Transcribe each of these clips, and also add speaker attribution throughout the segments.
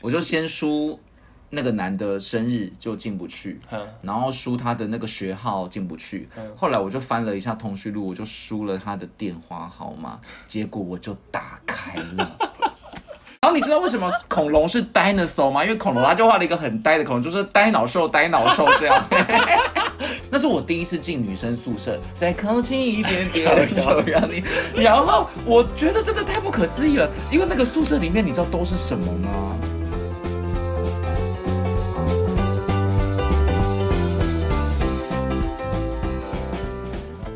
Speaker 1: 我就先输那个男的生日就进不去，
Speaker 2: 嗯
Speaker 1: 然后输他的那个学号进不去。后来我就翻了一下通讯录，我就输了他的电话号码， 结果我就打开了。 然后你知道为什么恐龙是 dinosaur 吗？因为恐龙它就画了一个很呆的恐龙，就是呆脑兽、呆脑兽这样。 那是我第一次进女生宿舍，再靠近一点点，就让你。然后我觉得真的太不可思议了，因为那个宿舍里面你知道都是什么吗？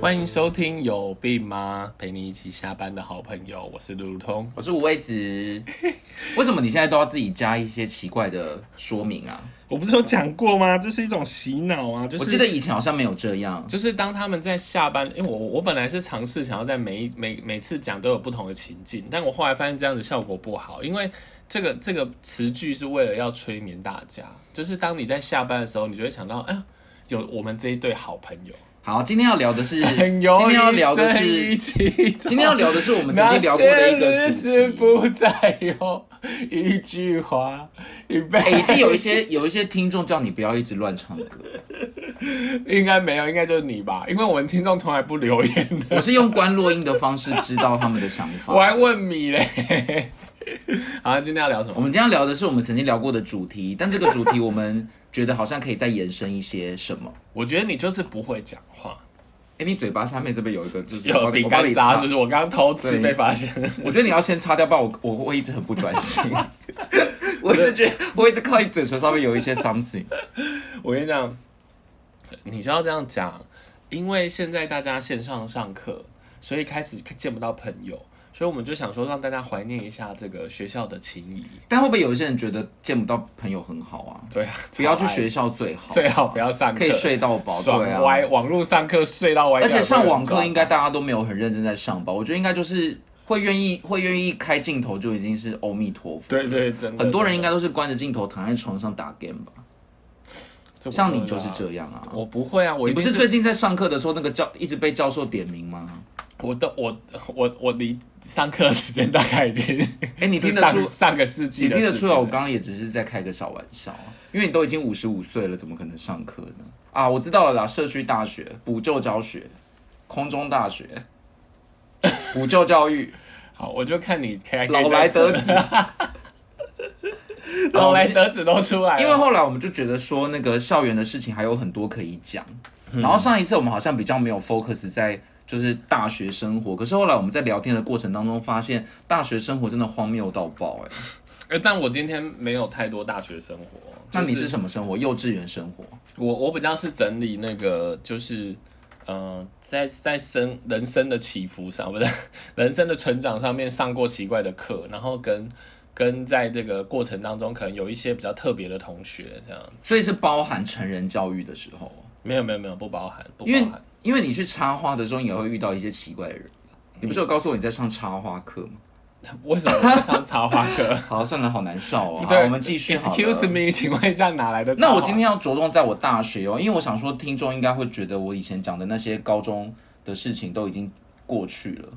Speaker 2: 欢迎收听《有病吗》，陪你一起下班的好朋友，我是路路通。
Speaker 1: 我是五味子， 为什么你现在都要自己加一些奇怪的说明啊？
Speaker 2: 我不是有讲过吗？这是一种洗脑啊，就是
Speaker 1: 我记得以前好像没有这样，
Speaker 2: 就是当他们在下班，因为我我本来是尝试想要在每一每每次讲都有不同的情境，但我后来发现这样子效果不好，因为这个这个词句是为了要催眠大家，就是当你在下班的时候，你就会想到，哎呀，有我们这一对好朋友，
Speaker 1: 好，今天要聊的 是，今
Speaker 2: 朋友
Speaker 1: 天要聊的
Speaker 2: 一
Speaker 1: 是，
Speaker 2: 生一起走
Speaker 1: 今天要聊的是我们曾经聊过的一个
Speaker 2: 那
Speaker 1: 主
Speaker 2: 些日子
Speaker 1: 题。
Speaker 2: 不再有一句话，一辈
Speaker 1: 哎、已经有一些有一些听众叫你不要一直乱 唱歌，
Speaker 2: 应该没有，应该就是你吧，因为我们听众从来不留言的。
Speaker 1: 我是用关落音的方式知道他们的想法。
Speaker 2: 我还问你嘞。 好，今天要聊什
Speaker 1: 我
Speaker 2: 么？
Speaker 1: 们今天要聊的是我们曾经聊过的主题，但这个主题我们觉得好像可以再延伸一些什么。
Speaker 2: 我觉得你就是不会讲话，
Speaker 1: 哎、你嘴巴下面这边有一个，就是我帮
Speaker 2: 有
Speaker 1: 你
Speaker 2: 饼干
Speaker 1: 我
Speaker 2: 渣，
Speaker 1: 帮
Speaker 2: 就
Speaker 1: 你擦
Speaker 2: 是我刚刚偷吃
Speaker 1: 对
Speaker 2: 被发现。
Speaker 1: 我觉得你要先擦掉，不然我我会一直很不专心。 我一直觉得，我一直靠你嘴唇上面有一些 something。
Speaker 2: 我跟你讲，你就要这样讲，因为现在大家线上上课，所以开始见不到朋友，所以我们就想说让大家怀念一下这个学校的情谊。
Speaker 1: 但会不会有一些人觉得见不到朋友很好啊？
Speaker 2: 对啊，
Speaker 1: 不要去
Speaker 2: 超爱
Speaker 1: 学校最好，
Speaker 2: 最好不要上课，
Speaker 1: 可以睡到饱，
Speaker 2: 爽
Speaker 1: 对啊。
Speaker 2: 歪，网络上课睡到歪掉
Speaker 1: 而
Speaker 2: 也会
Speaker 1: 且
Speaker 2: 很爽。
Speaker 1: 上网课应该大家都没有很认真在上吧？我觉得应该就是会愿意会愿意开镜头就已经是阿弥陀佛。
Speaker 2: 对对，真的
Speaker 1: 很多人应
Speaker 2: 真
Speaker 1: 该都是关着镜头躺在床上打 game 吧？
Speaker 2: 的
Speaker 1: 像你就是，
Speaker 2: 这我
Speaker 1: 这样啊
Speaker 2: 不会啊。我不会啊，我
Speaker 1: 你
Speaker 2: 一
Speaker 1: 不
Speaker 2: 定
Speaker 1: 是最近在上课的时候，那个教一直被教授点名吗？
Speaker 2: 我都我我我离上课的时间大概已经是
Speaker 1: 哎， 你听得
Speaker 2: 上
Speaker 1: 出
Speaker 2: 上个世纪
Speaker 1: 你
Speaker 2: 的
Speaker 1: 听得出
Speaker 2: 事情
Speaker 1: 来，我
Speaker 2: 了
Speaker 1: 刚刚也只是在开个小玩笑啊，因为你都已经五十五岁了，怎么可能上课呢？啊，我知道了啦，社区大学补救教学，空中大 学补救教育，
Speaker 2: 好，我就看你开
Speaker 1: 老来得子。
Speaker 2: 老来得子都出来 了，
Speaker 1: 因为后来我们就觉得说，那个校园的事情还有很多可以讲。然后上一次我们好像比较没有 focus 在就是大学生活，可是后来我们在聊天的过程当中发现，大学生活真的荒谬到爆哎、
Speaker 2: 呃但我今天没有太多大学生活。
Speaker 1: 那你
Speaker 2: 就是
Speaker 1: 什么生活？幼稚园生活？
Speaker 2: 我我比较是整理那个就是。嗯，在在生人生的起伏上，不是人生的成长上面上过奇怪的课，然后跟跟在这个过程当中，可能有一些比较特别的同学这样。
Speaker 1: 所以是包含成人教育的时候。
Speaker 2: 没有没有没有，不包含，不包
Speaker 1: 因为
Speaker 2: 含。
Speaker 1: 因为你去插花的时候，你也会遇到一些奇怪的人。你不是有告诉我你在上插花课吗？
Speaker 2: 为什么我会上插花课？
Speaker 1: 好，算了，好难笑哦。 好
Speaker 2: 对，
Speaker 1: 我们继续好了。
Speaker 2: Excuse me，请问一下哪来的插花？
Speaker 1: 那我今天要着重在我大学哦，因为我想说，听众应该会觉得我以前讲的那些高中的事情都已经过去了。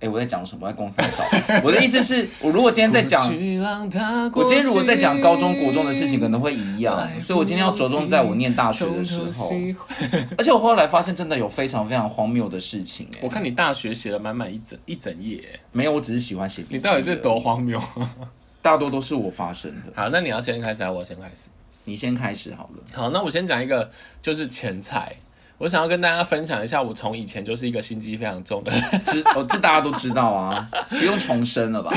Speaker 1: 哎，我在讲什么？我在公司 笑。我的意思是，我如果今天在讲，我
Speaker 2: 我
Speaker 1: 今天如果在讲高中、国中的事情，可能会一样，所以我今天要着重在我念大学的时候。而且我后来发现，真的有非常非常荒谬的事情、哎，
Speaker 2: 我看你大学写了满满一整一整页，
Speaker 1: 没有，我只是喜欢写笔记。
Speaker 2: 你到底是多荒谬？
Speaker 1: 大多都是我发生的。
Speaker 2: 好，那你要先开始，还是我先开始？
Speaker 1: 你先开始好了。
Speaker 2: 好，那我先讲一个，就是前菜。我想要跟大家分享一下，我从以前就是一个心机非常重的人，
Speaker 1: 知哦，这大家都知道 啊，不用重申了吧？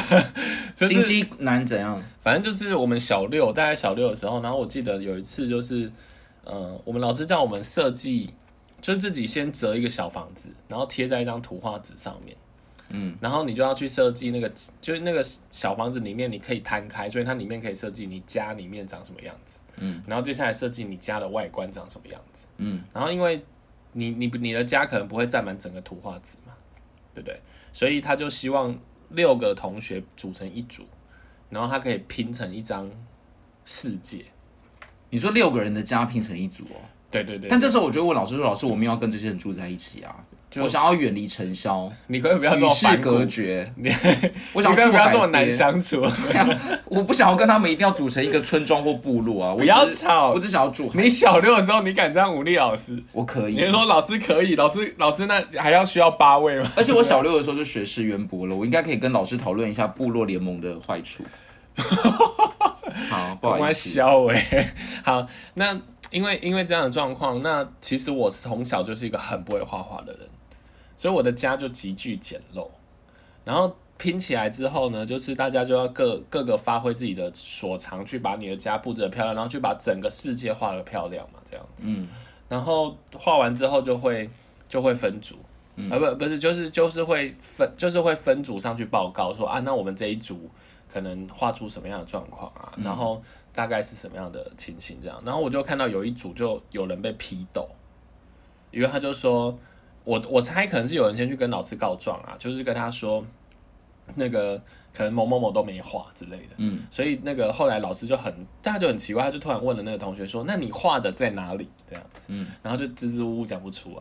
Speaker 2: 就是
Speaker 1: 心机男怎样？
Speaker 2: 反正就是我们小六，大概小六的时候，然后我记得有一次就是，呃，我们老师叫我们设计，就是自己先折一个小房子，然后贴在一张图画纸上面，嗯，然后你就要去设计那个，就是那个小房子里面你可以摊开，所以它里面可以设计你家里面长什么样子，嗯，然后接下来设计你家的外观长什么样子，
Speaker 1: 嗯，
Speaker 2: 然后因为你你你的家可能不会占满整个图画纸嘛，对不对？所以他就希望六个同学组成一组。然后它可以拼成一张世界。
Speaker 1: 你说六个人的家拼成一组哦，
Speaker 2: 对对对，
Speaker 1: 但这时候我就会问老师说：“老师，我们要跟这些人住在一起啊？”
Speaker 2: 就
Speaker 1: 我想要远离尘嚣，
Speaker 2: 你可不可以不要这
Speaker 1: 与
Speaker 2: 么
Speaker 1: 世
Speaker 2: 反骨
Speaker 1: 隔， 绝。
Speaker 2: 你
Speaker 1: 我
Speaker 2: 你
Speaker 1: 想
Speaker 2: 可不可以
Speaker 1: 住
Speaker 2: 不要
Speaker 1: 海
Speaker 2: 这么难
Speaker 1: 边，
Speaker 2: 相 处？
Speaker 1: 我不想要跟他们一定要组成一个村庄或部落啊！我
Speaker 2: 不要
Speaker 1: 只是
Speaker 2: 吵
Speaker 1: 我只想要住海。
Speaker 2: 你小六的时候，你敢这样忤逆老师？
Speaker 1: 我可以
Speaker 2: 你，说老师可以，老师老师那还要需要八位吗？
Speaker 1: 而且我小六的时候就学识渊博了，我应该可以跟老师讨论一下部落联盟的坏 处。好，不好
Speaker 2: 我
Speaker 1: 意思，
Speaker 2: 笑哎， 好，那因为因为这样的状况，那其实我从小就是一个很不会画画的人，所以我的家就极具简陋。然后拼起来之后呢，就是大家就要各各个发挥自己的所长，去把你的家布置的漂亮，然后去把整个世界画的漂亮嘛，这样子。
Speaker 1: 嗯。
Speaker 2: 然后画完之后就会就会分组。
Speaker 1: 嗯
Speaker 2: 啊不不是就是就是会分就是会分组上去报告说啊那我们这一组可能画出什么样的状况啊，
Speaker 1: 嗯
Speaker 2: 然后大概是什么样的情形这样，然后我就看到有一组就有人被批斗，因为他就说，我我猜可能是有人先去跟老师告状啊，就是跟他说，那个可能某某某都没画之类的，
Speaker 1: 嗯，
Speaker 2: 所以那个后来老师就很大家就很奇怪，他就突然问了那个同学说，那你画的在哪里？这样子，
Speaker 1: 嗯，
Speaker 2: 然后就支支吾吾讲不出来。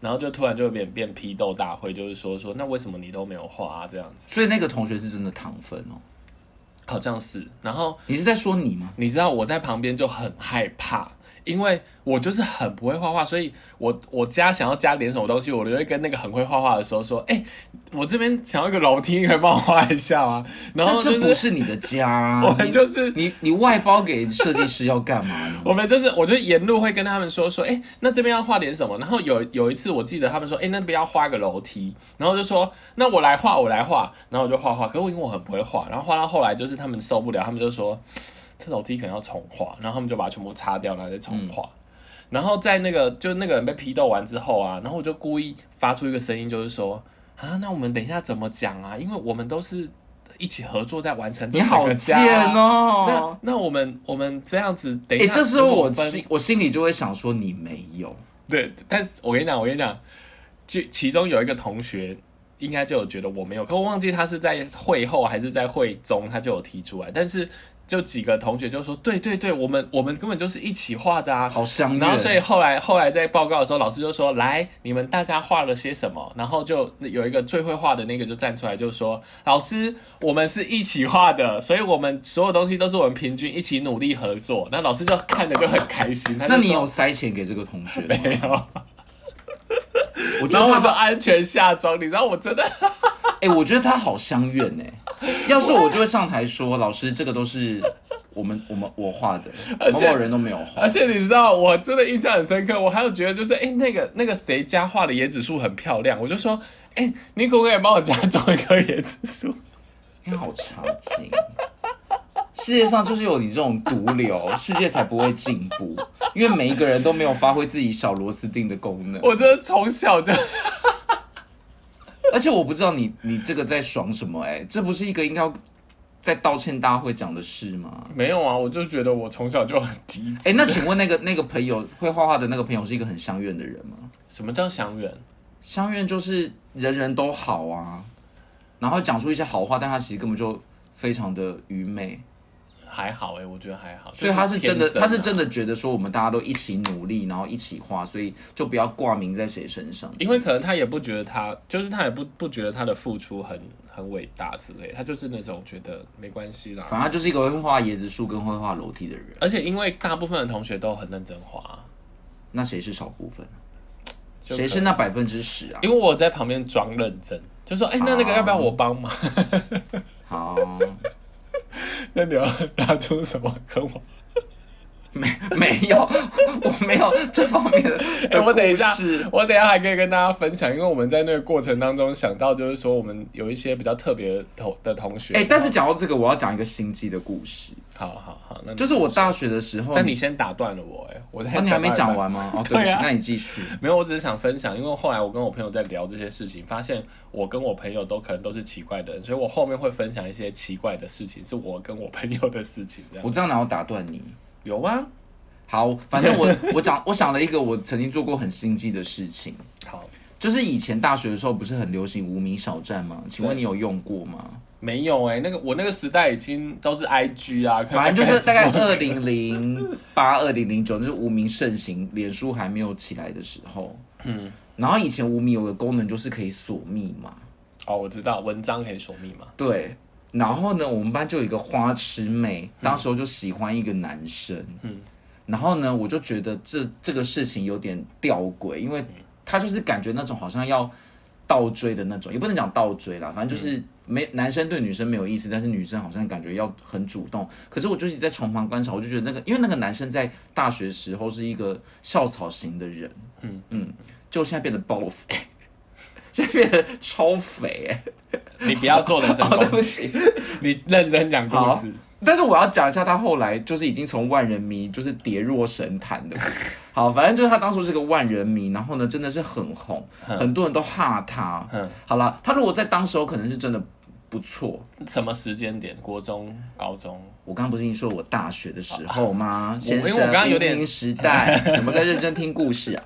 Speaker 2: 然后就突然就有点变批斗大会，就是说说那为什么你都没有画啊这样子，
Speaker 1: 所以那个同学是真的糖分哦。
Speaker 2: 好像是。然后
Speaker 1: 你是在说你吗？
Speaker 2: 你知道我在旁边就很害怕，因为我就是很不会画画，所以我我家想要加点什么东西，我就会跟那个很会画画的时候说，哎、我这边想要一个楼梯，你可以帮我画一下吗？然后
Speaker 1: 那这
Speaker 2: 就
Speaker 1: 不
Speaker 2: 是
Speaker 1: 是你的家、
Speaker 2: 我
Speaker 1: 啊，
Speaker 2: 们
Speaker 1: 你
Speaker 2: 就是
Speaker 1: 你你外包给设计师要干嘛 呢？
Speaker 2: 我们就是，我就沿路会跟他们说说，哎、那这边要画点什么？然后有有一次，我记得他们说，哎、那边要画个楼梯，然后我就说，那我来画，我来画，然后我就画画。可是我因为我很不会画，然后画到后来就是他们受不了，他们就说这楼梯可能要重画，然后他们就把它全部擦掉，然后再
Speaker 1: 嗯
Speaker 2: 重画。然后在那个就那个人被批斗完之后啊，然后我就故意发出一个声音，就是说啊，那我们等一下怎么讲啊？因为我们都是一起合作在完成这
Speaker 1: 你
Speaker 2: 整
Speaker 1: 好
Speaker 2: 个啊家、
Speaker 1: 贱哦！
Speaker 2: 那那我们我们这样子，等
Speaker 1: 哎、
Speaker 2: 一下，
Speaker 1: 这时候我
Speaker 2: 分
Speaker 1: 心我心里就会想说你没有，
Speaker 2: 对，但是我跟你讲，我跟你讲，就其中有一个同学应该就有觉得我没有，可我忘记他是在会后还是在会中，他就有提出来，但是就几个同学就说，对对对，我们我们根本就是一起画的啊，
Speaker 1: 好哦伤人。
Speaker 2: 然后所以后来后来在报告的时候，老师就说：“来，你们大家画了些什么？”然后就有一个最会画的那个就站出来就说：“老师，我们是一起画的，所以我们所有东西都是我们平均一起努力合作。”那老师就看着就很开心，他
Speaker 1: 那
Speaker 2: 就说
Speaker 1: 你有塞钱给这个同学吗？
Speaker 2: 没有？
Speaker 1: 我觉 得
Speaker 2: 然后我
Speaker 1: 他
Speaker 2: 就安全下妆，你知道我真的
Speaker 1: 哎、我觉得他好相怨哎、要是我就会上台说，老师，这个都是我们我们我画的，某
Speaker 2: 且
Speaker 1: 某人都没有画
Speaker 2: 而。且你知道，我真的印象很深刻。我还有觉得就是，哎、那个那个谁家画的椰子树很漂亮，我就说，哎、你可不可以帮我家种一棵椰子树？
Speaker 1: 你好差劲！世界上就是有你这种毒瘤，世界才不会进步，因为每一个人都没有发挥自己小螺丝钉的功能。
Speaker 2: 我真的从小就
Speaker 1: 而且我不知道你你这个在爽什么、哎，这不是一个应该要在道歉大会讲的事吗？
Speaker 2: 没有啊，我就觉得我从小就很低级。
Speaker 1: 哎、那请问那个那个朋友会画画的那个朋友是一个很相怨的人吗？
Speaker 2: 什么叫想远？
Speaker 1: 相怨就是人人都好啊，然后讲出一些好话，但他其实根本就非常的愚昧，
Speaker 2: 还好哎、我觉得还好。
Speaker 1: 所以他是真的，
Speaker 2: 就
Speaker 1: 他是
Speaker 2: 天真啊
Speaker 1: 真的觉得说我们大家都一起努力，然后一起画，所以就不要挂名在谁身上
Speaker 2: 啊，。因为可能他也不觉得他，就是他也不不觉得他的付出很很伟大之类，他就是那种觉得没关系啦。
Speaker 1: 反正他就是一个会画椰子树跟会画楼梯的人，
Speaker 2: 而且因为大部分的同学都很认真画啊，
Speaker 1: 那谁是少部分？啊
Speaker 2: 就
Speaker 1: 谁是那百分之十啊？
Speaker 2: 因为我在旁边装认真，就说：“哎、那那个
Speaker 1: 啊
Speaker 2: 要不要我帮忙
Speaker 1: 好，
Speaker 2: 那你要拿出什么跟我？
Speaker 1: 没没有， 我没有这方面的。
Speaker 2: 哎、我等一下
Speaker 1: 故事，
Speaker 2: 我等一下还可以跟大家分享，因为我们在那个过程当中想到，就是说我们有一些比较特别的同的同学。
Speaker 1: 哎、但是讲到这个，我要讲一个心机的故事，
Speaker 2: 好好好，那你
Speaker 1: 就是我大学的时候，
Speaker 2: 但你先打断了我、哎，我在
Speaker 1: 哦，你还没
Speaker 2: 到一半
Speaker 1: 讲。完吗？哦，对不起，
Speaker 2: 对啊
Speaker 1: 那你继续。
Speaker 2: 没有，我只是想分享，因为后来我跟我朋友在聊这些事情，发现我跟我朋友都可能都是奇怪的人，所以我后面会分享一些奇怪的事情，是我跟我朋友的事情。 这样
Speaker 1: 我这样哪有打断你？
Speaker 2: 有啊，
Speaker 1: 好，反正我我讲我想了一个我曾经做过很心机的事情，
Speaker 2: 好，
Speaker 1: 就是以前大学的时候不是很流行无名小站吗？请问你有用过吗？
Speaker 2: 没有哎、那个我那个时代已经都是 IG 啊，
Speaker 1: 反正 就是大概二零零八、二零零九，就是无名盛行，脸书还没有起来的时候。嗯，然后以前无名有个功能就是可以锁密码，
Speaker 2: 哦，我知道，文章可以锁密 码。
Speaker 1: 对。然后呢，我们班就有一个花痴妹，当时候就喜欢一个男生，嗯，然后呢，我就觉得这这个事情有点吊诡，因为他就是感觉那种好像要倒追的那种，也不能讲倒追啦，反正就是没男生对女生没有意思，但是女生好像感觉要很主动。可是我就是在从旁观察，我就觉得那个，因为那个男生在大学时候是一个校草型的人，嗯嗯，就现在变得爆肥， 现在变得超肥、 欸，
Speaker 2: 你不要做人身
Speaker 1: 哦，对
Speaker 2: 攻
Speaker 1: 不
Speaker 2: 击，
Speaker 1: 起。
Speaker 2: 你认真讲故
Speaker 1: 好
Speaker 2: 事。
Speaker 1: 但是我要讲一下，他后来就是已经从万人迷就是跌落神坛的。好，反正就是他当初是个万人迷，然后呢，真的是很红，很多人都哈他。
Speaker 2: 嗯
Speaker 1: 好了，他如果在当时候可能是真的不错。
Speaker 2: 什么时间点？国中、高中？
Speaker 1: 我刚刚不是已经说我大学的时候吗？先
Speaker 2: 因为
Speaker 1: 生，
Speaker 2: 哦我刚刚有点
Speaker 1: 无名时 代，有没有在认真听故事啊？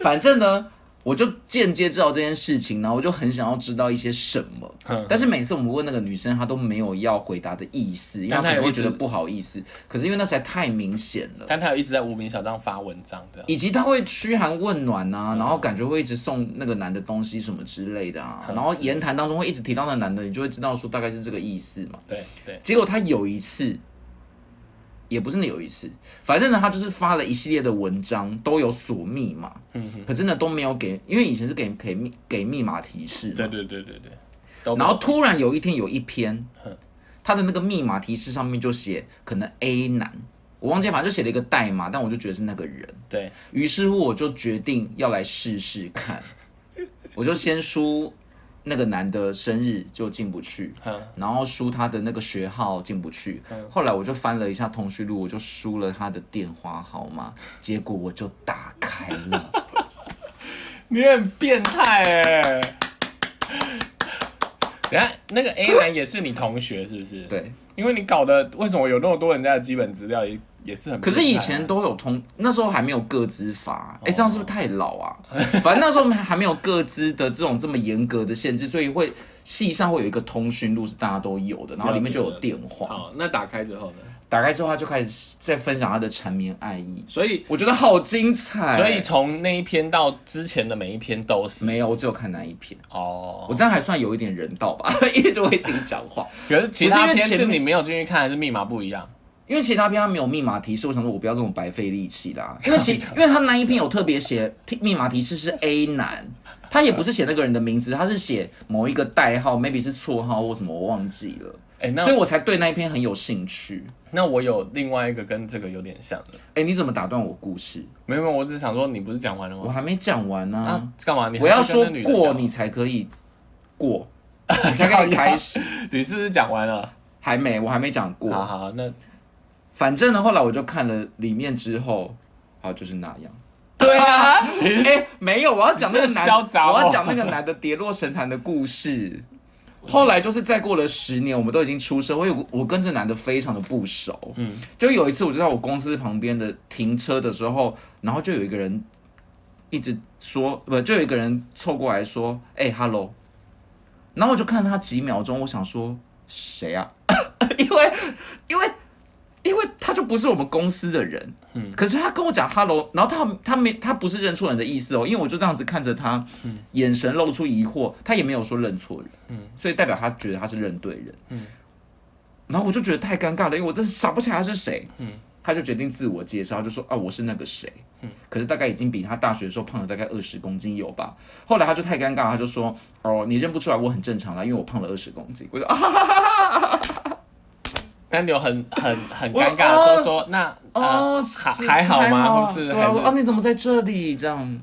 Speaker 1: 反正呢，我就间接知道这件事情，然后我就很想要知道一些什么。
Speaker 2: 嗯
Speaker 1: 但是每次我们问那个女生，她都没有要回答的意思，因为她
Speaker 2: 但她
Speaker 1: 可
Speaker 2: 有
Speaker 1: 能会
Speaker 2: 一直
Speaker 1: 觉得不好意思。可是因为那实在太明显了。
Speaker 2: 但他有一直在无名小站发文章的。
Speaker 1: 以及他会嘘寒问暖
Speaker 2: 嗯
Speaker 1: 呐、然后感觉会一直送那个男的东西什么之类的啊，然后言谈当中会一直提到那男的，你就会知道说大概是这个意思嘛。
Speaker 2: 对对，
Speaker 1: 结果他有一次，也不是有一次，反正呢，他就是发了一系列的文章，都有锁密码，可是呢都没有给，因为以前是给给密给密码提示嘛，
Speaker 2: 对对对对对。都
Speaker 1: 然后突然有一天有一篇，他的那个密码提示上面就写可能 A 男，我忘记反正就写了一个代码，但我就觉得是那个人。
Speaker 2: 对，
Speaker 1: 于是乎，我就决定要来试试看。我就先输那个男的生日就进不去，
Speaker 2: 嗯
Speaker 1: 然后输他的那个学号进不去。后来我就翻了一下通讯录，我就输了他的电话号 码，结果我就打开了。
Speaker 2: 你很变态
Speaker 1: 欸
Speaker 2: 哎。等一下，那个 A 男也是你同学是不是？，
Speaker 1: 对，
Speaker 2: 因为你搞的为什么有那么多人家的基本资料也也是很
Speaker 1: 可
Speaker 2: 变态啊、
Speaker 1: 是以前都有通，那时候还没有各资法，哎、这样是不是太老啊？ 反正那时候还没有各资的这种这么严格的限制，所以会系上会有一个通讯录是大家都有的，然后里面就有电话。
Speaker 2: 好，那打开之后呢？
Speaker 1: 打开之后，他就开始在分享他的缠绵爱意，
Speaker 2: 所以
Speaker 1: 我觉得好精彩。
Speaker 2: 所以从那一篇到之前的每一篇都是
Speaker 1: 没有，我只有看那一篇，
Speaker 2: 哦
Speaker 1: 我。这样还算有一点人道吧， 因为就会自己讲话。
Speaker 2: 可是其他
Speaker 1: 不是因为
Speaker 2: 篇
Speaker 1: 前
Speaker 2: 是
Speaker 1: 面
Speaker 2: 你没有进去看，还是密码不一样？
Speaker 1: 因为其他篇他没有密码提示，我想说我不要这种白费力气啦。因为 其因为他那一篇有特别写提密码提示是 A 男，他也不是写那个人的名字，他是写某一个代号，maybe 是绰号或什么，我忘记了。
Speaker 2: 哎、那
Speaker 1: 所以我才对那一篇很有兴趣。
Speaker 2: 那我有另外一个跟这个有点像的，
Speaker 1: 哎、你怎么打断我故事？
Speaker 2: 没有没有，我只是想说你不是讲完了
Speaker 1: 我
Speaker 2: 吗？
Speaker 1: 还没讲完呢、
Speaker 2: 啊，干嘛？你还
Speaker 1: 我要
Speaker 2: 是跟
Speaker 1: 说
Speaker 2: 那女的
Speaker 1: 过
Speaker 2: 讲
Speaker 1: 你才可以 过，你才可以开始。
Speaker 2: 你是不是讲完了？
Speaker 1: 还没，我还没讲
Speaker 2: 好
Speaker 1: 过。
Speaker 2: 好，那
Speaker 1: 反正呢，后来我就看了里面之后，啊，就是那样。
Speaker 2: 对啊，
Speaker 1: 哎、没有，我要讲那个
Speaker 2: 你这
Speaker 1: 男，
Speaker 2: 嚣张哦
Speaker 1: 我要讲那个男的跌落神坛的故事。后来就是再过了十年，我们都已经出社会，我我跟这男的非常的不熟。嗯，就有一次我就在我公司旁边的停车的时候，然后就有一个人一直说，不，就有一个人凑过来说：“哎、h e l l o 然后我就看他几秒钟，我想说谁啊？ 因为因为因为他就不是我们公司的人，可是他跟我讲 “hello”，然后他他没他不是认错人的意思哦，因为我就这样子看着他，眼神露出疑惑，他也没有说认错人，所以代表他觉得他是认对人，然后我就觉得太尴尬了，因为我真的想不起来他是谁，他就决定自我介绍，就说啊我是那个谁，可是大概已经比他大学的时候胖了大概二十公斤有吧，后来他就太尴尬，他就说哦你认不出来我很正常啦，因为我胖了二十公斤，我就啊
Speaker 2: 但你有很很很
Speaker 1: 我
Speaker 2: 尴尬的说说那
Speaker 1: 哦，
Speaker 2: 呃还
Speaker 1: 是
Speaker 2: 还好
Speaker 1: 还
Speaker 2: 吗？
Speaker 1: 啊
Speaker 2: 或是
Speaker 1: 对啊，
Speaker 2: 还
Speaker 1: 我啊，
Speaker 2: 是
Speaker 1: 你怎么在这里？这样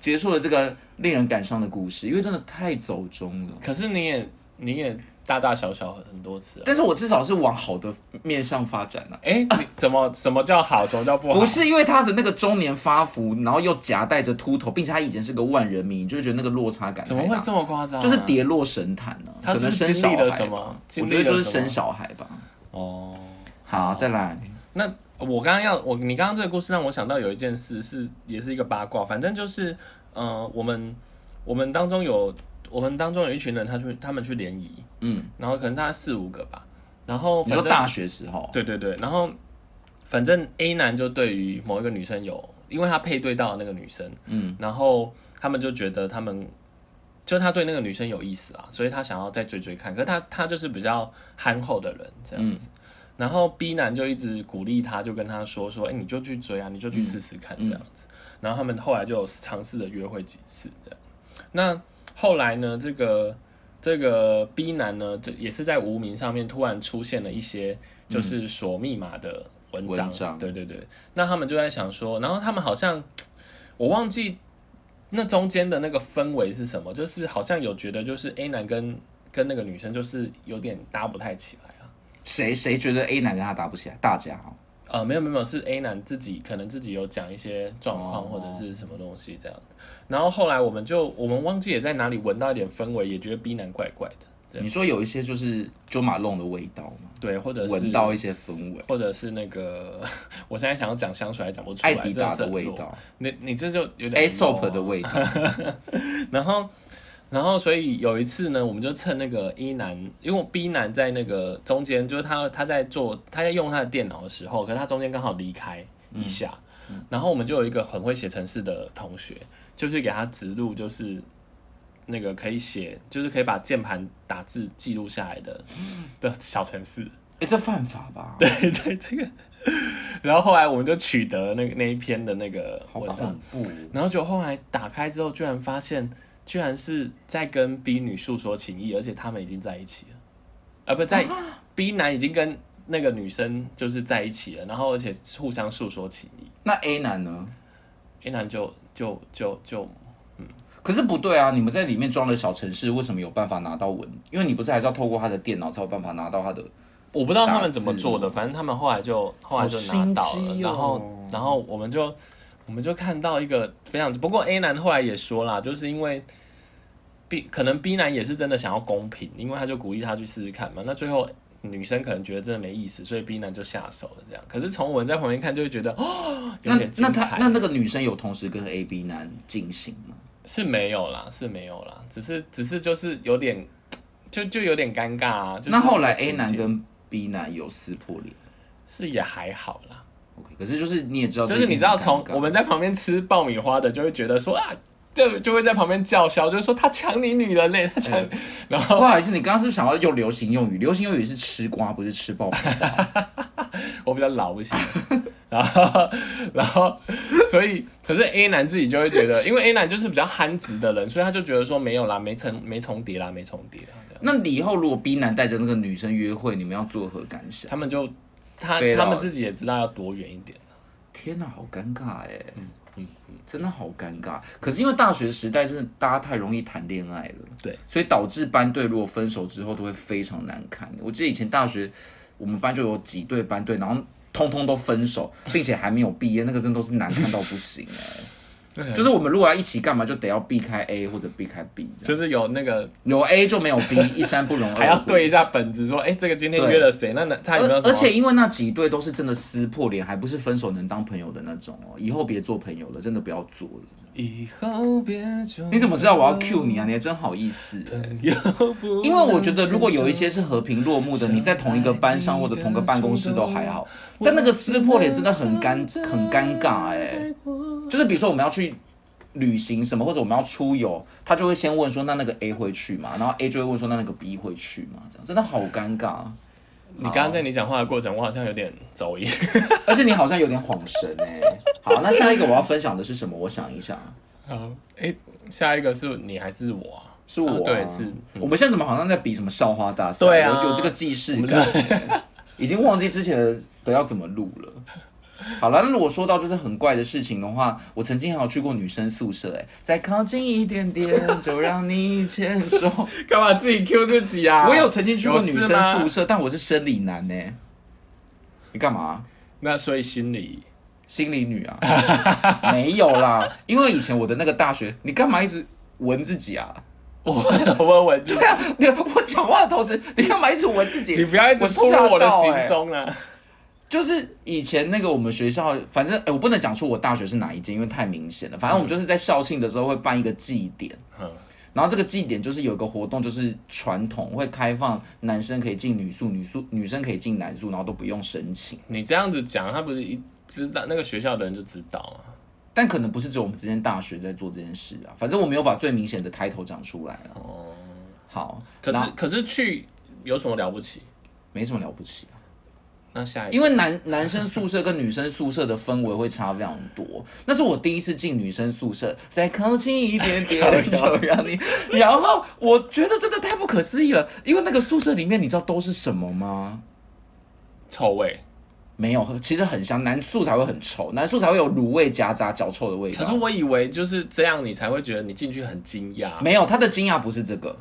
Speaker 1: 结束了这个令人感伤的故事，因为真的太走中了。
Speaker 2: 可是你也你也大大小小很多次啊。
Speaker 1: 但是我至少是往好的面向发展啊，
Speaker 2: 哎，你怎么什么叫好，什么叫不好？
Speaker 1: 不是因为他的那个中年发福，然后又夹带着秃头，并且他以前是个万人迷，你就会觉得那个落差感
Speaker 2: 怎么
Speaker 1: 太
Speaker 2: 会
Speaker 1: 大
Speaker 2: 这么夸张啊？
Speaker 1: 就是跌落神坛呢、
Speaker 2: 他
Speaker 1: 可
Speaker 2: 是不
Speaker 1: 能
Speaker 2: 是
Speaker 1: 生
Speaker 2: 经
Speaker 1: 小
Speaker 2: 历了
Speaker 1: 孩
Speaker 2: 什
Speaker 1: 吧
Speaker 2: 么经
Speaker 1: 我
Speaker 2: 历
Speaker 1: 觉得就
Speaker 2: 了
Speaker 1: 是
Speaker 2: 什么
Speaker 1: 生小孩吧。
Speaker 2: 哦。
Speaker 1: 好，再来，
Speaker 2: 那我刚刚要我你刚刚这个故事让我想到有一件事是也是一个八卦，反正就是呃我们我们当中有我们当中有一群人他去他们去联谊，
Speaker 1: 嗯，
Speaker 2: 然后可能大概四五个吧，然后
Speaker 1: 你
Speaker 2: 反
Speaker 1: 说
Speaker 2: 正
Speaker 1: 大学时候，
Speaker 2: 对对对，然后反正 A 男就对于某一个女生有，因为他配对到那个女生，嗯，然后他们就觉得他们就他对那个女生有意思啊，所以他想要再追追看。可是他他就是比较憨厚的人这样子，
Speaker 1: 嗯
Speaker 2: 然后 B 男就一直鼓励他，就跟他说说，哎、你就去追啊，你就去试试看这
Speaker 1: 嗯
Speaker 2: 样子。然后他们后来就有尝试着约会几次这样。那后来呢，这个这个 B 男呢，就也是在无名上面突然出现了一些就是锁密码的文章，
Speaker 1: 文章
Speaker 2: 对对对。那他们就在想说，然后他们好像我忘记那中间的那个氛围是什么，就是好像有觉得就是 A 男跟跟那个女生就是有点搭不太起来啊。
Speaker 1: 谁谁觉得 A 男跟他打不起来？大家哦，
Speaker 2: 呃，没有没有没有，是 A 男自己可能自己有讲一些状况
Speaker 1: 哦
Speaker 2: 或者是什么东西这样。然后后来我们就我们忘记也在哪里闻到一点氛围，也觉得 B 男怪怪的，对
Speaker 1: 你说有一些就是九马弄的味道吗？
Speaker 2: 对，或者是
Speaker 1: 闻到一些氛围，
Speaker 2: 或者是那个， 我现在想要讲香水还讲不出来，
Speaker 1: 艾迪达的味
Speaker 2: 真是很弱。
Speaker 1: 道
Speaker 2: 你你这就有点
Speaker 1: a
Speaker 2: 弱
Speaker 1: s o
Speaker 2: 啊
Speaker 1: p 的味道，
Speaker 2: 然后，然后，所以有一次呢，我们就趁那个 E 男，因为我 B 男在那个中间，就是他他在做他在用他的电脑的时候，可是他中间刚好离开一下，然后我们就有一个很会写程式的同学，就是给他植入就是那个可以写，就是可以把键盘打字记录下来的 的小程式。
Speaker 1: 哎，这犯法吧？
Speaker 2: 对对，这个。然后后来我们就取得那个那一篇的那个
Speaker 1: 好
Speaker 2: 文章
Speaker 1: 恐，怖，
Speaker 2: 然后就后来打开之后，居然发现居然是在跟 B 女诉说情意，而且他们已经在一起了，啊，不在 B 男已经跟那个女生就是在一起了，然后而且互相诉说情意
Speaker 1: 那 A 男呢？
Speaker 2: ，A 男就就就就
Speaker 1: 可是不对啊！你们在里面装了小城市，为什么有办法拿到文？因为你不是还是要透过他的电脑才有办法拿到他的。
Speaker 2: 我不知道他们怎么做的，反正他们后来就后来就拿到
Speaker 1: 哦好心
Speaker 2: 了，
Speaker 1: 机哦
Speaker 2: 然后然后我们就我们就看到一个非常，不过 A 男后来也说啦，就是因为 B 可能 B 男也是真的想要公平，因为他就鼓励他去试试看嘛，那最后。女生可能觉得真的没意思，所以 B 男就下手了这样。可是从我们在旁边看，就会觉得哦，有
Speaker 1: 那
Speaker 2: 点精
Speaker 1: 那
Speaker 2: 彩
Speaker 1: 他那那个女生有同时跟 A B 男进行吗？
Speaker 2: 是没有啦，是没有啦，只是只是就是有点，就就有点尴尬啊。就是
Speaker 1: 那后来
Speaker 2: 那个
Speaker 1: A
Speaker 2: 情
Speaker 1: 男
Speaker 2: 景
Speaker 1: 跟 B 男有撕破脸
Speaker 2: 是也还好啦，
Speaker 1: ，OK。可是就是你也知道这
Speaker 2: 就
Speaker 1: 一定
Speaker 2: 是
Speaker 1: 很尴尬，
Speaker 2: 你知道，从我们在旁边吃爆米花的，就会觉得说啊，就就会在旁边叫嚣，就是说他抢你女人嘞，他抢。
Speaker 1: 嗯
Speaker 2: 然后
Speaker 1: 不好意思，你刚刚是不是想要用流行用语？流行用语是吃瓜，不是吃爆米花。
Speaker 2: 我比较老不行， 然后然后所以，可是 A 男自己就会觉得，因为 A 男就是比较憨直的人，所以他就觉得说没有啦，没重没重叠啦，没重叠啦。这样
Speaker 1: 那你以后如果 B 男带着那个女生约会，你们要作何感想？
Speaker 2: 他们就他
Speaker 1: 飞了
Speaker 2: 他们自己也知道要躲远一点。
Speaker 1: 天哪，好尴尬哎、嗯嗯，真的好尴尬。可是因为大学时代真的大家太容易谈恋爱了，
Speaker 2: 对，
Speaker 1: 所以导致班队如果分手之后都会非常难堪。我记得以前大学我们班就有几对班队，然后通通都分手，并且还没有毕业，那个真的都是难看到不行哎、
Speaker 2: 对啊
Speaker 1: 就是我们如果要一起干嘛，就得要避开 A 或者避开 B，这样
Speaker 2: 就是有那个
Speaker 1: 有 A 就没有 B，一山不容二虎。
Speaker 2: 还要对一下本子，说，哎、这个今天约了谁？那那他有没有什
Speaker 1: 而
Speaker 2: 么？
Speaker 1: 而且因为那几对都是真的撕破脸，还不是分手能当朋友的那种哦。以后别做朋友了，真的不要做了。
Speaker 2: 以后别就
Speaker 1: 你怎么知道我要 cue 你啊？你还真好意思。 因
Speaker 2: 因
Speaker 1: 为我觉得，如果有一些是和平落幕的，你在同一个班上或者同个办公室都还好，但那个撕破脸真的很尴很尴尬哎、就是比如说我们要去旅行什么，或者我们要出游，他就会先问说那那个 A 会去吗？然后 A 就会问说那那个 B 会去吗？这样真的好尴尬，啊
Speaker 2: 你刚刚在你讲话的过程，我好像有点走音。
Speaker 1: 而且你好像有点恍神哎、 好，那下一个我要分享的是什么？我想一想，
Speaker 2: 好，哎，下一个是你还是我啊？
Speaker 1: 是我、啊
Speaker 2: 啊对是
Speaker 1: 我们现在怎么好像在比什么校花大赛？
Speaker 2: 对啊
Speaker 1: 有有这个既视 感，已经忘记之前的要怎么录了。好了，那如果说到就是很怪的事情的话，我曾经还有去过女生宿舍、哎，再靠近一点点，就让你牵 手。
Speaker 2: 干嘛自己 Q 自己啊
Speaker 1: 我有曾经去过女
Speaker 2: 有事吗
Speaker 1: 生宿舍，但我是生理男呢、你干嘛？
Speaker 2: 那所以心里
Speaker 1: 心理女啊？ 没有啦，因为以前我的那个大学，你干嘛一直闻自己啊？
Speaker 2: 我我我
Speaker 1: 对啊，你我讲话的同时，你干嘛一直闻自己？
Speaker 2: 你不要一直透露我的行
Speaker 1: 踪。
Speaker 2: 踪啊！
Speaker 1: 就是以前那个我们学校，反正哎、我不能讲出我大学是哪一间，因为太明显了。反正我们就是在校庆的时候会办一个祭典，
Speaker 2: 嗯
Speaker 1: 然后这个祭典就是有一个活动，就是传统会开放男生可以进女宿，女宿女生可以进男宿，然后都不用申请。
Speaker 2: 你这样子讲，他不是一知道那个学校的人就知道啊？
Speaker 1: 但可能不是只有我们之间大学在做这件事啊，反正我没有把最明显的抬头讲出来了。哦，好，
Speaker 2: 可
Speaker 1: 然
Speaker 2: 是
Speaker 1: 后
Speaker 2: 可是去有什么了不起？
Speaker 1: 没什么了不起啊，
Speaker 2: 那下一
Speaker 1: 因
Speaker 2: 个
Speaker 1: 为男男生宿舍跟女生宿舍的氛围会差非常多。那是我第一次进女生宿舍，再靠近一点点就让 你，然后我觉得真的太不可思议了，因为那个宿舍里面你知道都是什么吗？
Speaker 2: 臭味，
Speaker 1: 没有，其实很香。男宿才会很臭，男宿才会有卤味夹杂脚臭的味
Speaker 2: 可
Speaker 1: 道。
Speaker 2: 是我以为就是这样，你才会觉得你进去很惊讶。
Speaker 1: 没有，他的惊讶不是这个，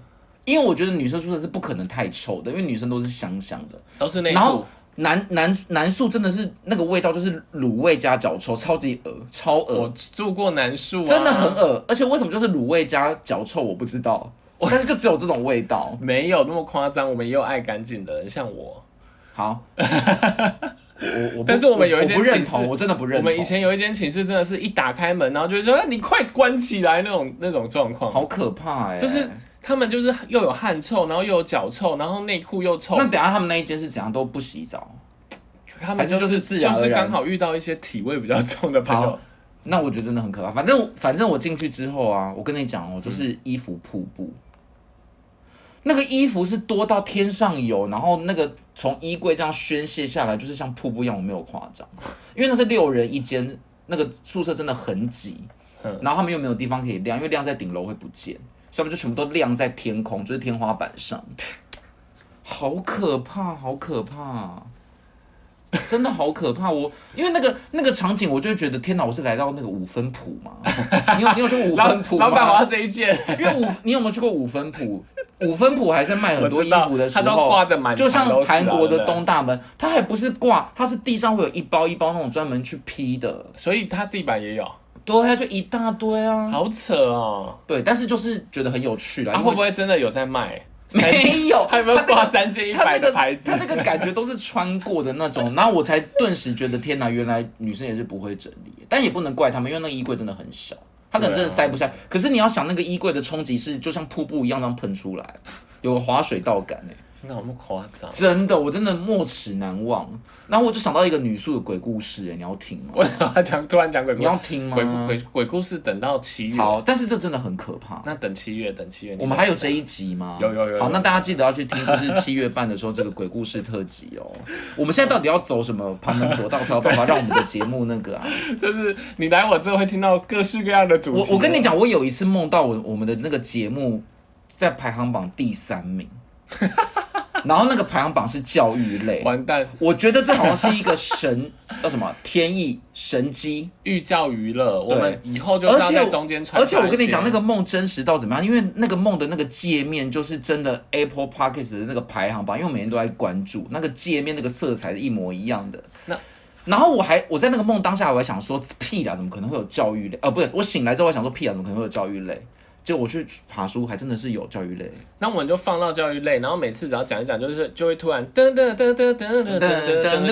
Speaker 1: 因为我觉得女生宿舍是不可能太臭的，因为女生都是香香的。
Speaker 2: 都是内
Speaker 1: 然后
Speaker 2: 裤，
Speaker 1: 男男男宿真的是那个味道，就是卤味加脚臭，超级恶，超
Speaker 2: 我
Speaker 1: 恶，
Speaker 2: 住过南树、啊，
Speaker 1: 真的很恶。而且为什么就是卤味加脚臭，我不知道，但是就只有这种味道。
Speaker 2: 没有那么夸张。我们也有爱干净的人，像我，
Speaker 1: 好，我我不
Speaker 2: 但是我们有一件
Speaker 1: 我不认
Speaker 2: 寝室
Speaker 1: 同，我真的不认
Speaker 2: 我
Speaker 1: 同。
Speaker 2: 们以前有一间寝室，真的是一打开门，然后就会说啊你快关起来那种那种状况。
Speaker 1: 好可怕哎、
Speaker 2: 就是他们就是又有汗臭，然后又有脚臭，然后内裤又臭
Speaker 1: 那，等一下他们那一间是怎样都不洗澡？
Speaker 2: 他们就
Speaker 1: 还是就是自然而
Speaker 2: 就是
Speaker 1: 然
Speaker 2: 刚好遇到一些体味比较重的朋友
Speaker 1: 好，那我觉得真的很可怕。反正反正我进去之后啊，我跟你讲哦，就是衣服瀑布，那个衣服是多到天上有，然后那个从衣柜这样宣泄下来，就是像瀑布一样，我没有夸张，因为那是六人一间，那个宿舍真的很挤，
Speaker 2: 嗯
Speaker 1: 然后他们又没有地方可以晾，因为晾在顶楼会不见，所以他们就全部都晾在天空，就是天花板上，好可怕，好可怕。真的好可怕！我因为那个那个场景，我就会觉得天哪，我是来到那个五分埔吗？你有你有去过五
Speaker 2: 老
Speaker 1: 分埔吗？
Speaker 2: 老板我要这一件，
Speaker 1: 因为五，你有没有去过五分铺？ 五分铺还在卖很多衣服的时
Speaker 2: 我知道它都
Speaker 1: 候，
Speaker 2: 挂着满墙
Speaker 1: 就像韩国
Speaker 2: 都是啊对不对
Speaker 1: 的东大门，它还不是挂，它是地上会有一包一包那种专门去批的，
Speaker 2: 所以他地板也有，
Speaker 1: 对啊，就一大堆啊。
Speaker 2: 好扯哦。
Speaker 1: 对，但是就是觉得很有趣啦，
Speaker 2: 啊，
Speaker 1: 哎因为
Speaker 2: 会不会真的有在卖？
Speaker 1: 没有
Speaker 2: 还有没有
Speaker 1: 他那个
Speaker 2: 挂三件一
Speaker 1: 它那
Speaker 2: 百的
Speaker 1: 个
Speaker 2: 牌子
Speaker 1: 它？那个感觉都是穿过的那种，然后我才顿时觉得天哪，原来女生也是不会整理，但也不能怪他们，因为那个衣柜真的很小，它可能真的塞不
Speaker 2: 啊
Speaker 1: 下。可是你要想，那个衣柜的冲击是就像瀑布一样这样喷出来，有个滑水道感哎、
Speaker 2: 那我们夸张，
Speaker 1: 真的，我真的没齿难忘。然后我就想到一个女宿的鬼故事、哎，你要听吗？
Speaker 2: 为什么要讲突然讲鬼故
Speaker 1: 你要听吗
Speaker 2: 鬼故鬼鬼故事等到七月，
Speaker 1: 好，但是这真的很可怕。
Speaker 2: 那等七月，等七月。
Speaker 1: 我们还有这一集吗？
Speaker 2: 有有有有
Speaker 1: 好，那大家记得要去听，就是七月半的时候这个鬼故事特辑哦。我们现在到底要走什么旁门左道才有办法让我们的节目那 个啊？
Speaker 2: 就是你来我这会听到各式各样的主题。
Speaker 1: 我我跟你，讲，我有一次梦到我我们的那个节目在排行榜第三名， 然后那个排行榜是教育类。
Speaker 2: 完蛋，
Speaker 1: 我觉得这好像是一个神叫什么天意神机，
Speaker 2: 寓教于乐，我们以后就是
Speaker 1: 而
Speaker 2: 要
Speaker 1: 且
Speaker 2: 在
Speaker 1: 我
Speaker 2: 中间穿。
Speaker 1: 而且我跟你讲，那个梦真实到怎么样？因为那个梦的那个界面就是真的 Apple p o c k e t 的那个排行榜，因为我每天都在关注那个界面，那个色彩是一模一样的。
Speaker 2: 那
Speaker 1: 然后我还我在那个梦当下，我还想说屁啦，怎么可能会有教育类？呃，不对，我醒来之后我还想说屁啦，怎么可能会有教育类？结果我去爬书，还真的是有教育类。
Speaker 2: 那我们就放到教育类，然后每次只要讲一讲，就是就会突然噔噔噔噔噔噔噔噔噔噔，然后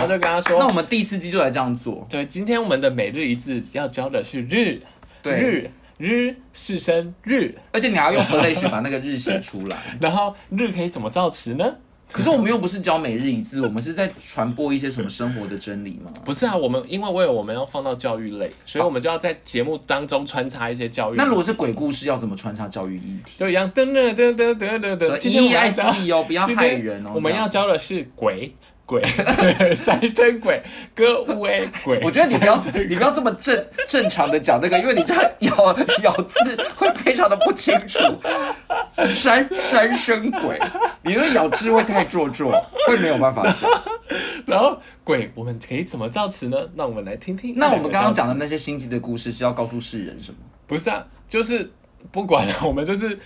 Speaker 2: 就跟他
Speaker 1: 那
Speaker 2: 说，
Speaker 1: 我们第四季就来这样做。
Speaker 2: 对，今天我们的每日一字要教的是日，
Speaker 1: 对，
Speaker 2: 日日是生日，
Speaker 1: 而且你还要用何类学把那个日写出 来。
Speaker 2: 然后日可以怎么造词呢？
Speaker 1: 可是我们又不是教每日一字，我们是在传播一些什么生活的真理吗？
Speaker 2: 不是啊，我们因为为了我们要放到教育类，所以我们就要在节目当中穿插一些教育。
Speaker 1: 那如果是鬼故事，要怎么穿插教育意题？呃
Speaker 2: 就一样噔噔噔噔噔噔，今天
Speaker 1: 一
Speaker 2: 我
Speaker 1: 一
Speaker 2: 们要
Speaker 1: 爱自
Speaker 2: 教
Speaker 1: 己哦，不要
Speaker 2: 今
Speaker 1: 害
Speaker 2: 天
Speaker 1: 人哦。
Speaker 2: 我
Speaker 1: 这
Speaker 2: 们要
Speaker 1: 样，
Speaker 2: 教的是鬼鬼 三声鬼歌乌诶鬼。
Speaker 1: 我觉得你 不要，你不要这么正正常的讲那个，因为你这样咬咬字会非常的不清楚。 山山生鬼，你那个咬字会太做作，会没有办法 讲。
Speaker 2: 然后鬼我们可以怎么造词呢？那我们来听听。
Speaker 1: 那我们刚刚讲
Speaker 2: 的
Speaker 1: 的那些心机的故事是要告诉世人什么？
Speaker 2: 不是啊，就是不管了，我们就是。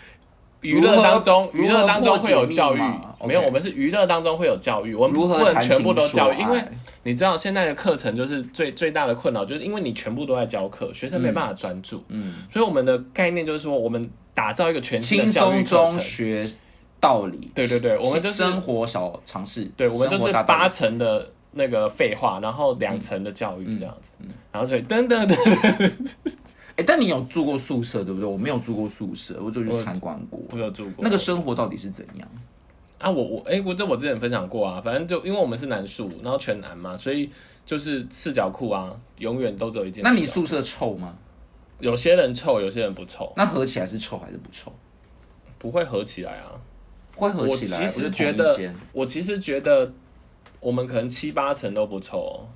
Speaker 2: 娱乐当中，
Speaker 1: 如何
Speaker 2: 娱乐当中会
Speaker 1: 如何破解密
Speaker 2: 有
Speaker 1: 码
Speaker 2: 教育，
Speaker 1: OK
Speaker 2: 没有，我们是娱乐当中会有教育，我们
Speaker 1: 如何
Speaker 2: 不能
Speaker 1: 谈
Speaker 2: 全部
Speaker 1: 情
Speaker 2: 都
Speaker 1: 说
Speaker 2: 教育，
Speaker 1: 爱
Speaker 2: 因为你知道现在的课程就是最最大的困扰，就是因为你全部都在教课，学生没办法专注，
Speaker 1: 嗯，
Speaker 2: 所以我们的概念就是说，我们打造一个全新的
Speaker 1: 轻
Speaker 2: 教育
Speaker 1: 松
Speaker 2: 课
Speaker 1: 中
Speaker 2: 程，
Speaker 1: 学道理。
Speaker 2: 对对对我们就是
Speaker 1: 生活小常识。
Speaker 2: 对，我们就
Speaker 1: 生活
Speaker 2: 是
Speaker 1: 大道理
Speaker 2: 八成的那个废话，然后两成的教育这样子，
Speaker 1: 嗯
Speaker 2: 然后所以等等等，
Speaker 1: 哎、但你有住过宿舍对不对？我没有住过宿舍，我就去参观过。
Speaker 2: 我有住过
Speaker 1: 那个生活到底是怎样？
Speaker 2: 啊，我我哎、我这我之前分享过啊，反正就因为我们是男宿，然后全男嘛，所以就是四角裤啊，永远都只有一件。
Speaker 1: 那你宿舍臭吗？
Speaker 2: 有些人臭，有些人不臭，
Speaker 1: 那合起来是臭还是不臭？
Speaker 2: 不会合起来啊。
Speaker 1: 会合
Speaker 2: 我
Speaker 1: 起
Speaker 2: 其
Speaker 1: 来，不
Speaker 2: 实
Speaker 1: 是
Speaker 2: 觉
Speaker 1: 同一
Speaker 2: 得
Speaker 1: 间，
Speaker 2: 我其实觉得我们可能七八成都不臭哦、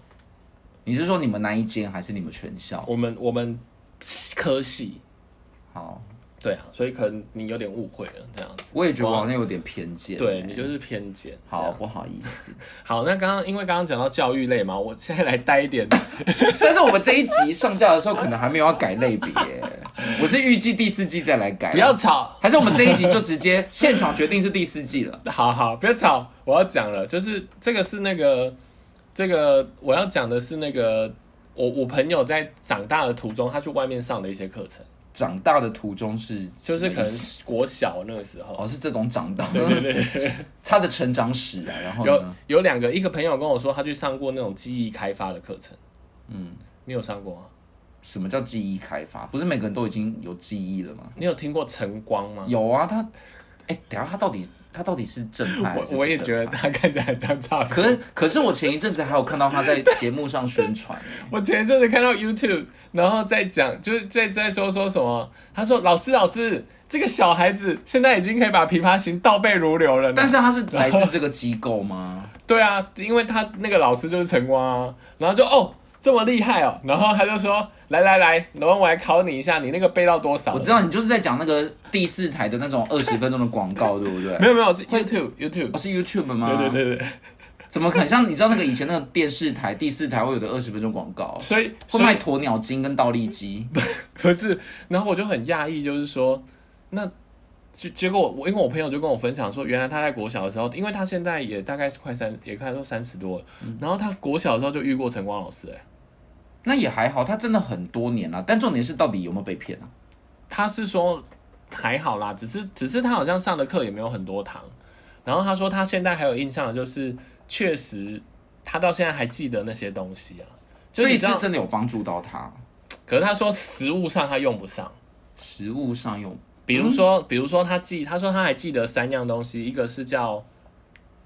Speaker 1: 你是说你们那一间还是你们全校？
Speaker 2: 我们我们科系
Speaker 1: 好，
Speaker 2: 对啊，所以可能你有点误会了这样子。
Speaker 1: 我也觉得我好像有点偏见。欸
Speaker 2: 对你就是偏见。
Speaker 1: 好不好意思，
Speaker 2: 好，那刚刚因为刚刚讲到教育类嘛，我现在来带 一点
Speaker 1: 但是我们这一集上架的时候可能还没有要改类别，我是预计第四季再来改。啊
Speaker 2: 不要，吵，
Speaker 1: 还是我们这一集就直接现场决定是第四季了。
Speaker 2: 好好不要吵，我要讲了，就是这个是那个这个我要讲的是那个我我朋友在长大的途中，他去外面上的一些课程，
Speaker 1: 长大的途中是
Speaker 2: 就是
Speaker 1: 什么意
Speaker 2: 可能
Speaker 1: 思
Speaker 2: 国小那个时候，
Speaker 1: 哦是这种长大，
Speaker 2: 对对对对，
Speaker 1: 他的成长史啊，然后
Speaker 2: 有
Speaker 1: 呢，
Speaker 2: 有两个，一个朋友跟我说他去上过那种记忆开发的课程，
Speaker 1: 嗯，
Speaker 2: 你有上过吗？
Speaker 1: 什么叫记忆开发？不是每个人都已经有记忆了吗？
Speaker 2: 你有听过晨光吗？
Speaker 1: 有啊，他，哎、等一下他到底他到底是正派还是不正派？
Speaker 2: 我我也觉得他看起来很像诈骗。
Speaker 1: 可是，可是我前一阵子还有看到他在节目上宣传，
Speaker 2: 我前一阵子看到 YouTube，然后在讲，就是在在说说什么，他说老师老师，这个小孩子现在已经可以把《琵琶行》倒背如流了呢。
Speaker 1: 但是他是来自这个机构 吗？
Speaker 2: 对啊，因为他那个老师就是晨光啊，然后就哦这么厉害哦， 然后他就说来来来，然后我来考你一下，你那个背到多少？
Speaker 1: 我知道你就是在讲那个第四台的那种二十分钟的广 告，对不对
Speaker 2: 没？有没有是
Speaker 1: 会
Speaker 2: YouTube YouTube，
Speaker 1: 哦，是 YouTube 吗？
Speaker 2: 对对，对对，
Speaker 1: 怎么可能像你知道那个以前那个电视台第四台会有的二十分钟广告，
Speaker 2: 所以
Speaker 1: 会
Speaker 2: 所以
Speaker 1: 卖鸵鸟精跟倒立鸡，
Speaker 2: 不是，然后我就很讶异，就是说，那就结果我因为我朋友就跟我分享说，原来他在国小的时候，因为他现在也大概是快三，也快都三十多了，
Speaker 1: 嗯
Speaker 2: 然后他国小的时候就遇过晨光老师、哎，
Speaker 1: 那也还好，他真的很多年了、但重点是到底有没有被骗啊？
Speaker 2: 他是说还好啦，只是只是他好像上的课也没有很多堂，然后他说他现在还有印象的就是，确实他到现在还记得那些东西啊，
Speaker 1: 所
Speaker 2: 就是
Speaker 1: 以
Speaker 2: 你知
Speaker 1: 是
Speaker 2: 道，
Speaker 1: 真的有帮助到他，
Speaker 2: 可是他说实物上他用不上。
Speaker 1: 实物上用
Speaker 2: 比如
Speaker 1: 嗯
Speaker 2: 说，比如说他记，他说他还记得三样东西，一个是叫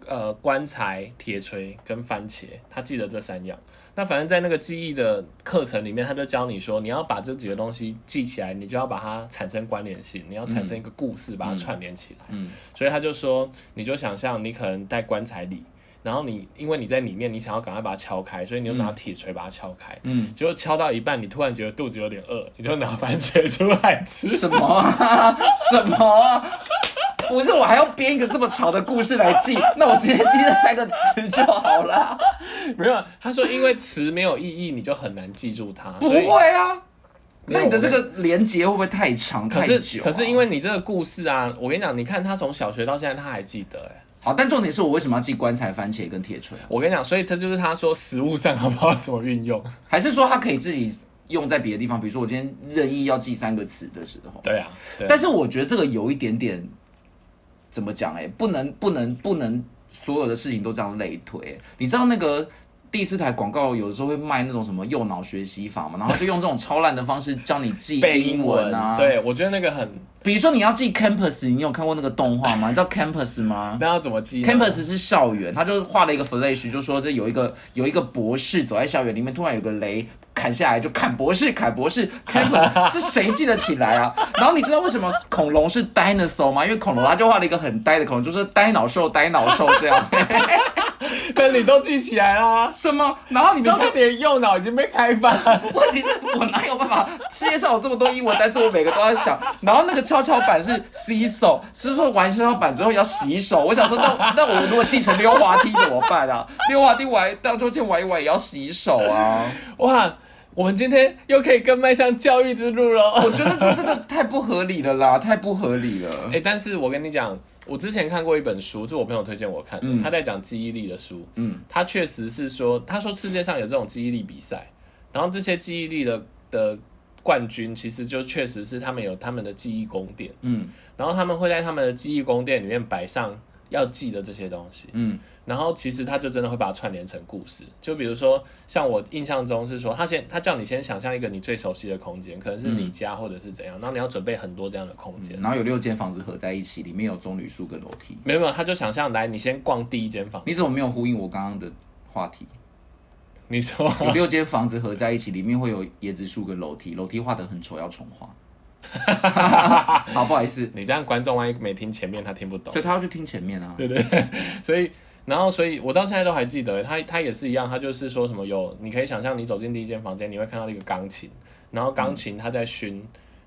Speaker 2: 呃棺材、铁锤跟番茄，他记得这三样。那反正，在那个记忆的课程里面，他就教你说，你要把这几个东西记起来，你就要把它产生关联性，你要产生一个故事，把它串联起来。
Speaker 1: 嗯
Speaker 2: 所以他就说，你就想象你可能在棺材里，然后你因为你在里面，你想要赶快把它敲开，所以你就拿铁锤把它敲开。
Speaker 1: 嗯，
Speaker 2: 结果敲到一半，你突然觉得肚子有点饿，你就拿番茄出来吃。
Speaker 1: 什么啊？ 什么啊？不是，我还要编一个这么吵的故事来记，那我直接记这三个词就好了。
Speaker 2: 没有，他说因为词没有意义，你就很难记住它。
Speaker 1: 不
Speaker 2: 所以，
Speaker 1: 会啊，
Speaker 2: 没
Speaker 1: 那
Speaker 2: 有
Speaker 1: 你的这个连接会不会太长
Speaker 2: 可
Speaker 1: 太
Speaker 2: 是、
Speaker 1: 久啊、
Speaker 2: 可是因为你这个故事啊，我跟你讲，你看他从小学到现在他还记得、哎，
Speaker 1: 好，但重点是我为什么要记棺材、番茄跟铁锤？
Speaker 2: 我跟你讲，所以这就是他说食物上他不知道怎么运用。
Speaker 1: 还是说它可以自己用在别的地方？比如说我今天任意要记三个词的时候，
Speaker 2: 对啊，对啊
Speaker 1: 但是我觉得这个有一点点怎么讲？哎，不能不能不能所有的事情都这样类推、欸你知道那个？第四台广告有的时候会卖那种什么右脑学习法嘛，然后就用这种超烂的方式教你记
Speaker 2: 背
Speaker 1: 英
Speaker 2: 英
Speaker 1: 文
Speaker 2: 文
Speaker 1: 啊。，
Speaker 2: 对我觉得那个很，
Speaker 1: 比如说你要记 campus，你有看过那个动画吗？你知道 campus 吗？
Speaker 2: 那要怎么记呢
Speaker 1: Campus 是校园，他就画了一个 flash，就说这有一个有一个博士走在校园里面，突然有个雷砍下来，就砍博士，砍博士，Campus，这谁记得起来啊？然后你知道为什么恐龙是 dinosaur 吗？因为恐龙他就画了一个很呆的恐龙，就是呆脑兽，呆脑兽这样，
Speaker 2: 但你都记起来啦。
Speaker 1: 什么？然后你
Speaker 2: 你
Speaker 1: 知
Speaker 2: 知
Speaker 1: 道
Speaker 2: 道
Speaker 1: 他
Speaker 2: 他连右脑已经被开发，
Speaker 1: 问题是我哪有办法？世界上有这么多英文单词，我每个都要想。然后那个跷跷板是洗手，是说玩跷跷板之后要洗手。我想说，那那我如果继承溜滑梯怎么办啊？溜滑梯玩荡秋千玩一玩也要洗手啊！
Speaker 2: 哇！我们今天又可以更迈向教育之路喽。
Speaker 1: 我觉得这真的太不合理了啦，太不合理了
Speaker 2: 哎、。但是我跟你讲，我之前看过一本书，是我朋友推荐我看的，他在讲记忆力的书。
Speaker 1: 嗯，
Speaker 2: 他确实是说，他说世界上有这种记忆力比赛，然后这些记忆力的的冠军，其实就确实是他们有他们的记忆宫殿，
Speaker 1: 嗯
Speaker 2: 然后他们会在他们的记忆宫殿里面摆上要记的这些东西。
Speaker 1: 嗯，
Speaker 2: 然后其实他就真的会把它串联成故事，就比如说像我印象中是说，他先他叫你先想象一个你最熟悉的空间，可能是你家或者是怎样，然后你要准备很多这样的空间。
Speaker 1: 嗯然后有六间房子合在一起，里面有棕榈树跟楼梯。
Speaker 2: 没有没有，他就想象来，你先逛第一间房，
Speaker 1: 你怎么没有呼应我刚刚的话题？
Speaker 2: 你说
Speaker 1: 有六间房子合在一起，里面会有椰子树跟楼梯，楼梯画的很丑，要重画。 好，不好意思，
Speaker 2: 你这样观众万一没听前面，他听不懂
Speaker 1: 所。以他要去听前面啊。
Speaker 2: 对对，对所以然后所以我到现在都还记得，他他也是一样，他就是说什么有，你可以想象你走进第一间房间，你会看到一个钢琴，然后钢琴它在熏，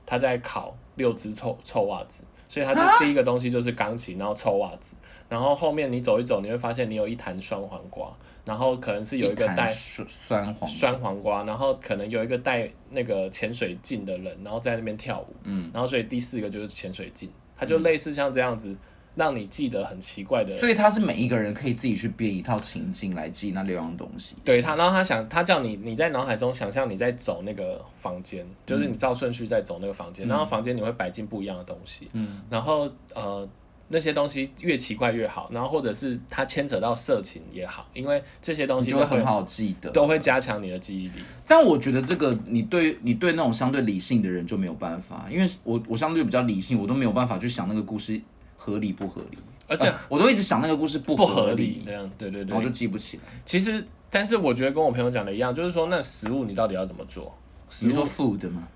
Speaker 2: 它在烤六只臭臭袜子，所以它就第一个东西就是钢琴，然后臭袜子，然后后面你走一走，你会发现你有一坛酸黄瓜，然后可能是有一个
Speaker 1: 坛
Speaker 2: 带
Speaker 1: 酸酸黄，
Speaker 2: 酸黄瓜，然后可能有一个戴那个潜水镜的人，然后在那边跳舞，嗯，然后所以第四个就是潜水镜，它
Speaker 1: 嗯
Speaker 2: 就类似像这样子，让你记得很奇怪的，
Speaker 1: 所以他是每一个人可以自己去编一套情境来记那六样东西。
Speaker 2: 对他，然后他想，他叫你你在脑海中想象你在走那个房间，就是你照顺序在走那个房
Speaker 1: 嗯
Speaker 2: 间，然后房间你会摆进不一样的东西，嗯，然后呃。那些东西越奇怪越好，然后或者是它牵扯到色情也好，因为这些东
Speaker 1: 你
Speaker 2: 西
Speaker 1: 就
Speaker 2: 都
Speaker 1: 会
Speaker 2: 会
Speaker 1: 很好记得，
Speaker 2: 都会加强你的记忆力。
Speaker 1: 但我觉得这个你对你对那种相对理性的人就没有办法，因为我我相对比较理性，我都没有办法去想那个故事合理不合理，
Speaker 2: 而且
Speaker 1: 呃我都一直想那个故事不
Speaker 2: 不
Speaker 1: 合
Speaker 2: 合理，那样，对对对，
Speaker 1: 然后就记不起来。
Speaker 2: 其实，但是我觉得跟我朋友讲的一样，就是说，那食物你到底要怎么做？食
Speaker 1: 你
Speaker 2: 物，
Speaker 1: 说 food 吗？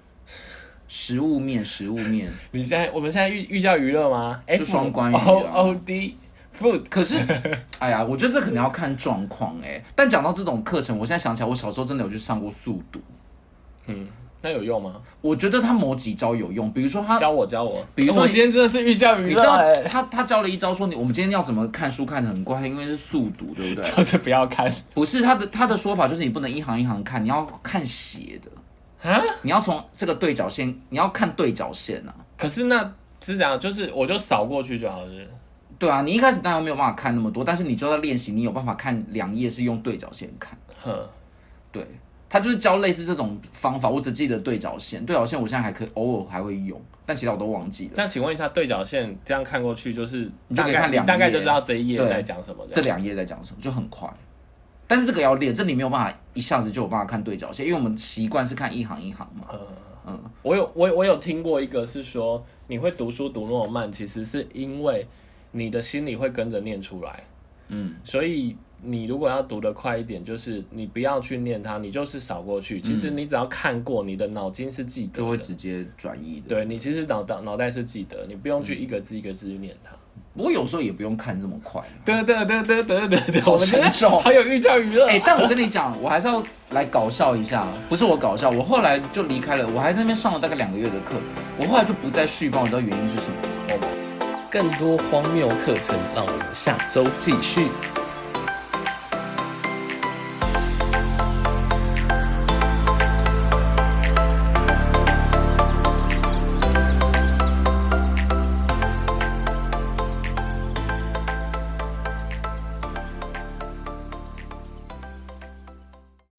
Speaker 1: 食物面，食物 面。
Speaker 2: 你现在我们现在寓寓教于乐吗？哎
Speaker 1: 就双关语啊
Speaker 2: O O D food，
Speaker 1: 可是，哎呀，我觉得这可能要看状况哎。但讲到这种课程，我现在想起来，我小时候真的有去上过速读，
Speaker 2: 那有用吗？
Speaker 1: 我觉得他某几招有用，比如说他
Speaker 2: 教我教我，
Speaker 1: 比如说
Speaker 2: 我今天真的是寓教于
Speaker 1: 你
Speaker 2: 乐
Speaker 1: 知道
Speaker 2: 欸，
Speaker 1: 他他教了一招说你我们今天要怎么看书看得很快，因为是速读，对不对？
Speaker 2: 就是不要看
Speaker 1: 不是他的他的说法就是你不能一行一行看，你要看斜的，
Speaker 2: 啊。
Speaker 1: 你要从这个对角线，你要看对角线啊。
Speaker 2: 可是那是这样，就是我就扫过去就好了。
Speaker 1: 对啊，你一开始当然没有办法看那么多，但是你就要练习，你有办法看两页是用对角线看。
Speaker 2: 哼，
Speaker 1: 对，他就是教类似这种方法，我只记得对角线，对角线我现在还可以偶尔还会用，但其他我都忘记了。
Speaker 2: 那请问一下，对角线这样看过去，就是
Speaker 1: 你就
Speaker 2: 大
Speaker 1: 可以
Speaker 2: 概
Speaker 1: 看两
Speaker 2: 你大概
Speaker 1: 页
Speaker 2: 就知道这一页
Speaker 1: 对
Speaker 2: 在讲什么
Speaker 1: 这
Speaker 2: 的。
Speaker 1: 两页在讲什么就很快，但是这个要练，这里没有办法一下子就有办法看对角线，因为我们习惯是看一行一行嘛。
Speaker 2: 我有我有我有听过一个是说，你会读书读那么慢，其实是因为你的心里会跟着念出来。
Speaker 1: 嗯，
Speaker 2: 所以你如果要读得快一点，就是你不要去念它，你就是扫过去。其实你只要看过，你的脑筋是记
Speaker 1: 嗯就
Speaker 2: 得
Speaker 1: 会
Speaker 2: 的。
Speaker 1: 直接转移的。
Speaker 2: 对你其实脑袋脑袋是记得，你不用去一个字一个字去念 它。
Speaker 1: 不过有时候也不用看这么快。
Speaker 2: 得得得得得得得，
Speaker 1: 好
Speaker 2: 我们今天
Speaker 1: 沉重
Speaker 2: 好有寓教于乐。
Speaker 1: 哎、但我跟你讲，我还是要来搞笑一下，啊不是我搞笑，我后来就离开了，我还在那边上了大概两个月的课，我后来就不再续报，你知道原因是什么吗？
Speaker 2: 更多荒谬课程，让我们下周继续。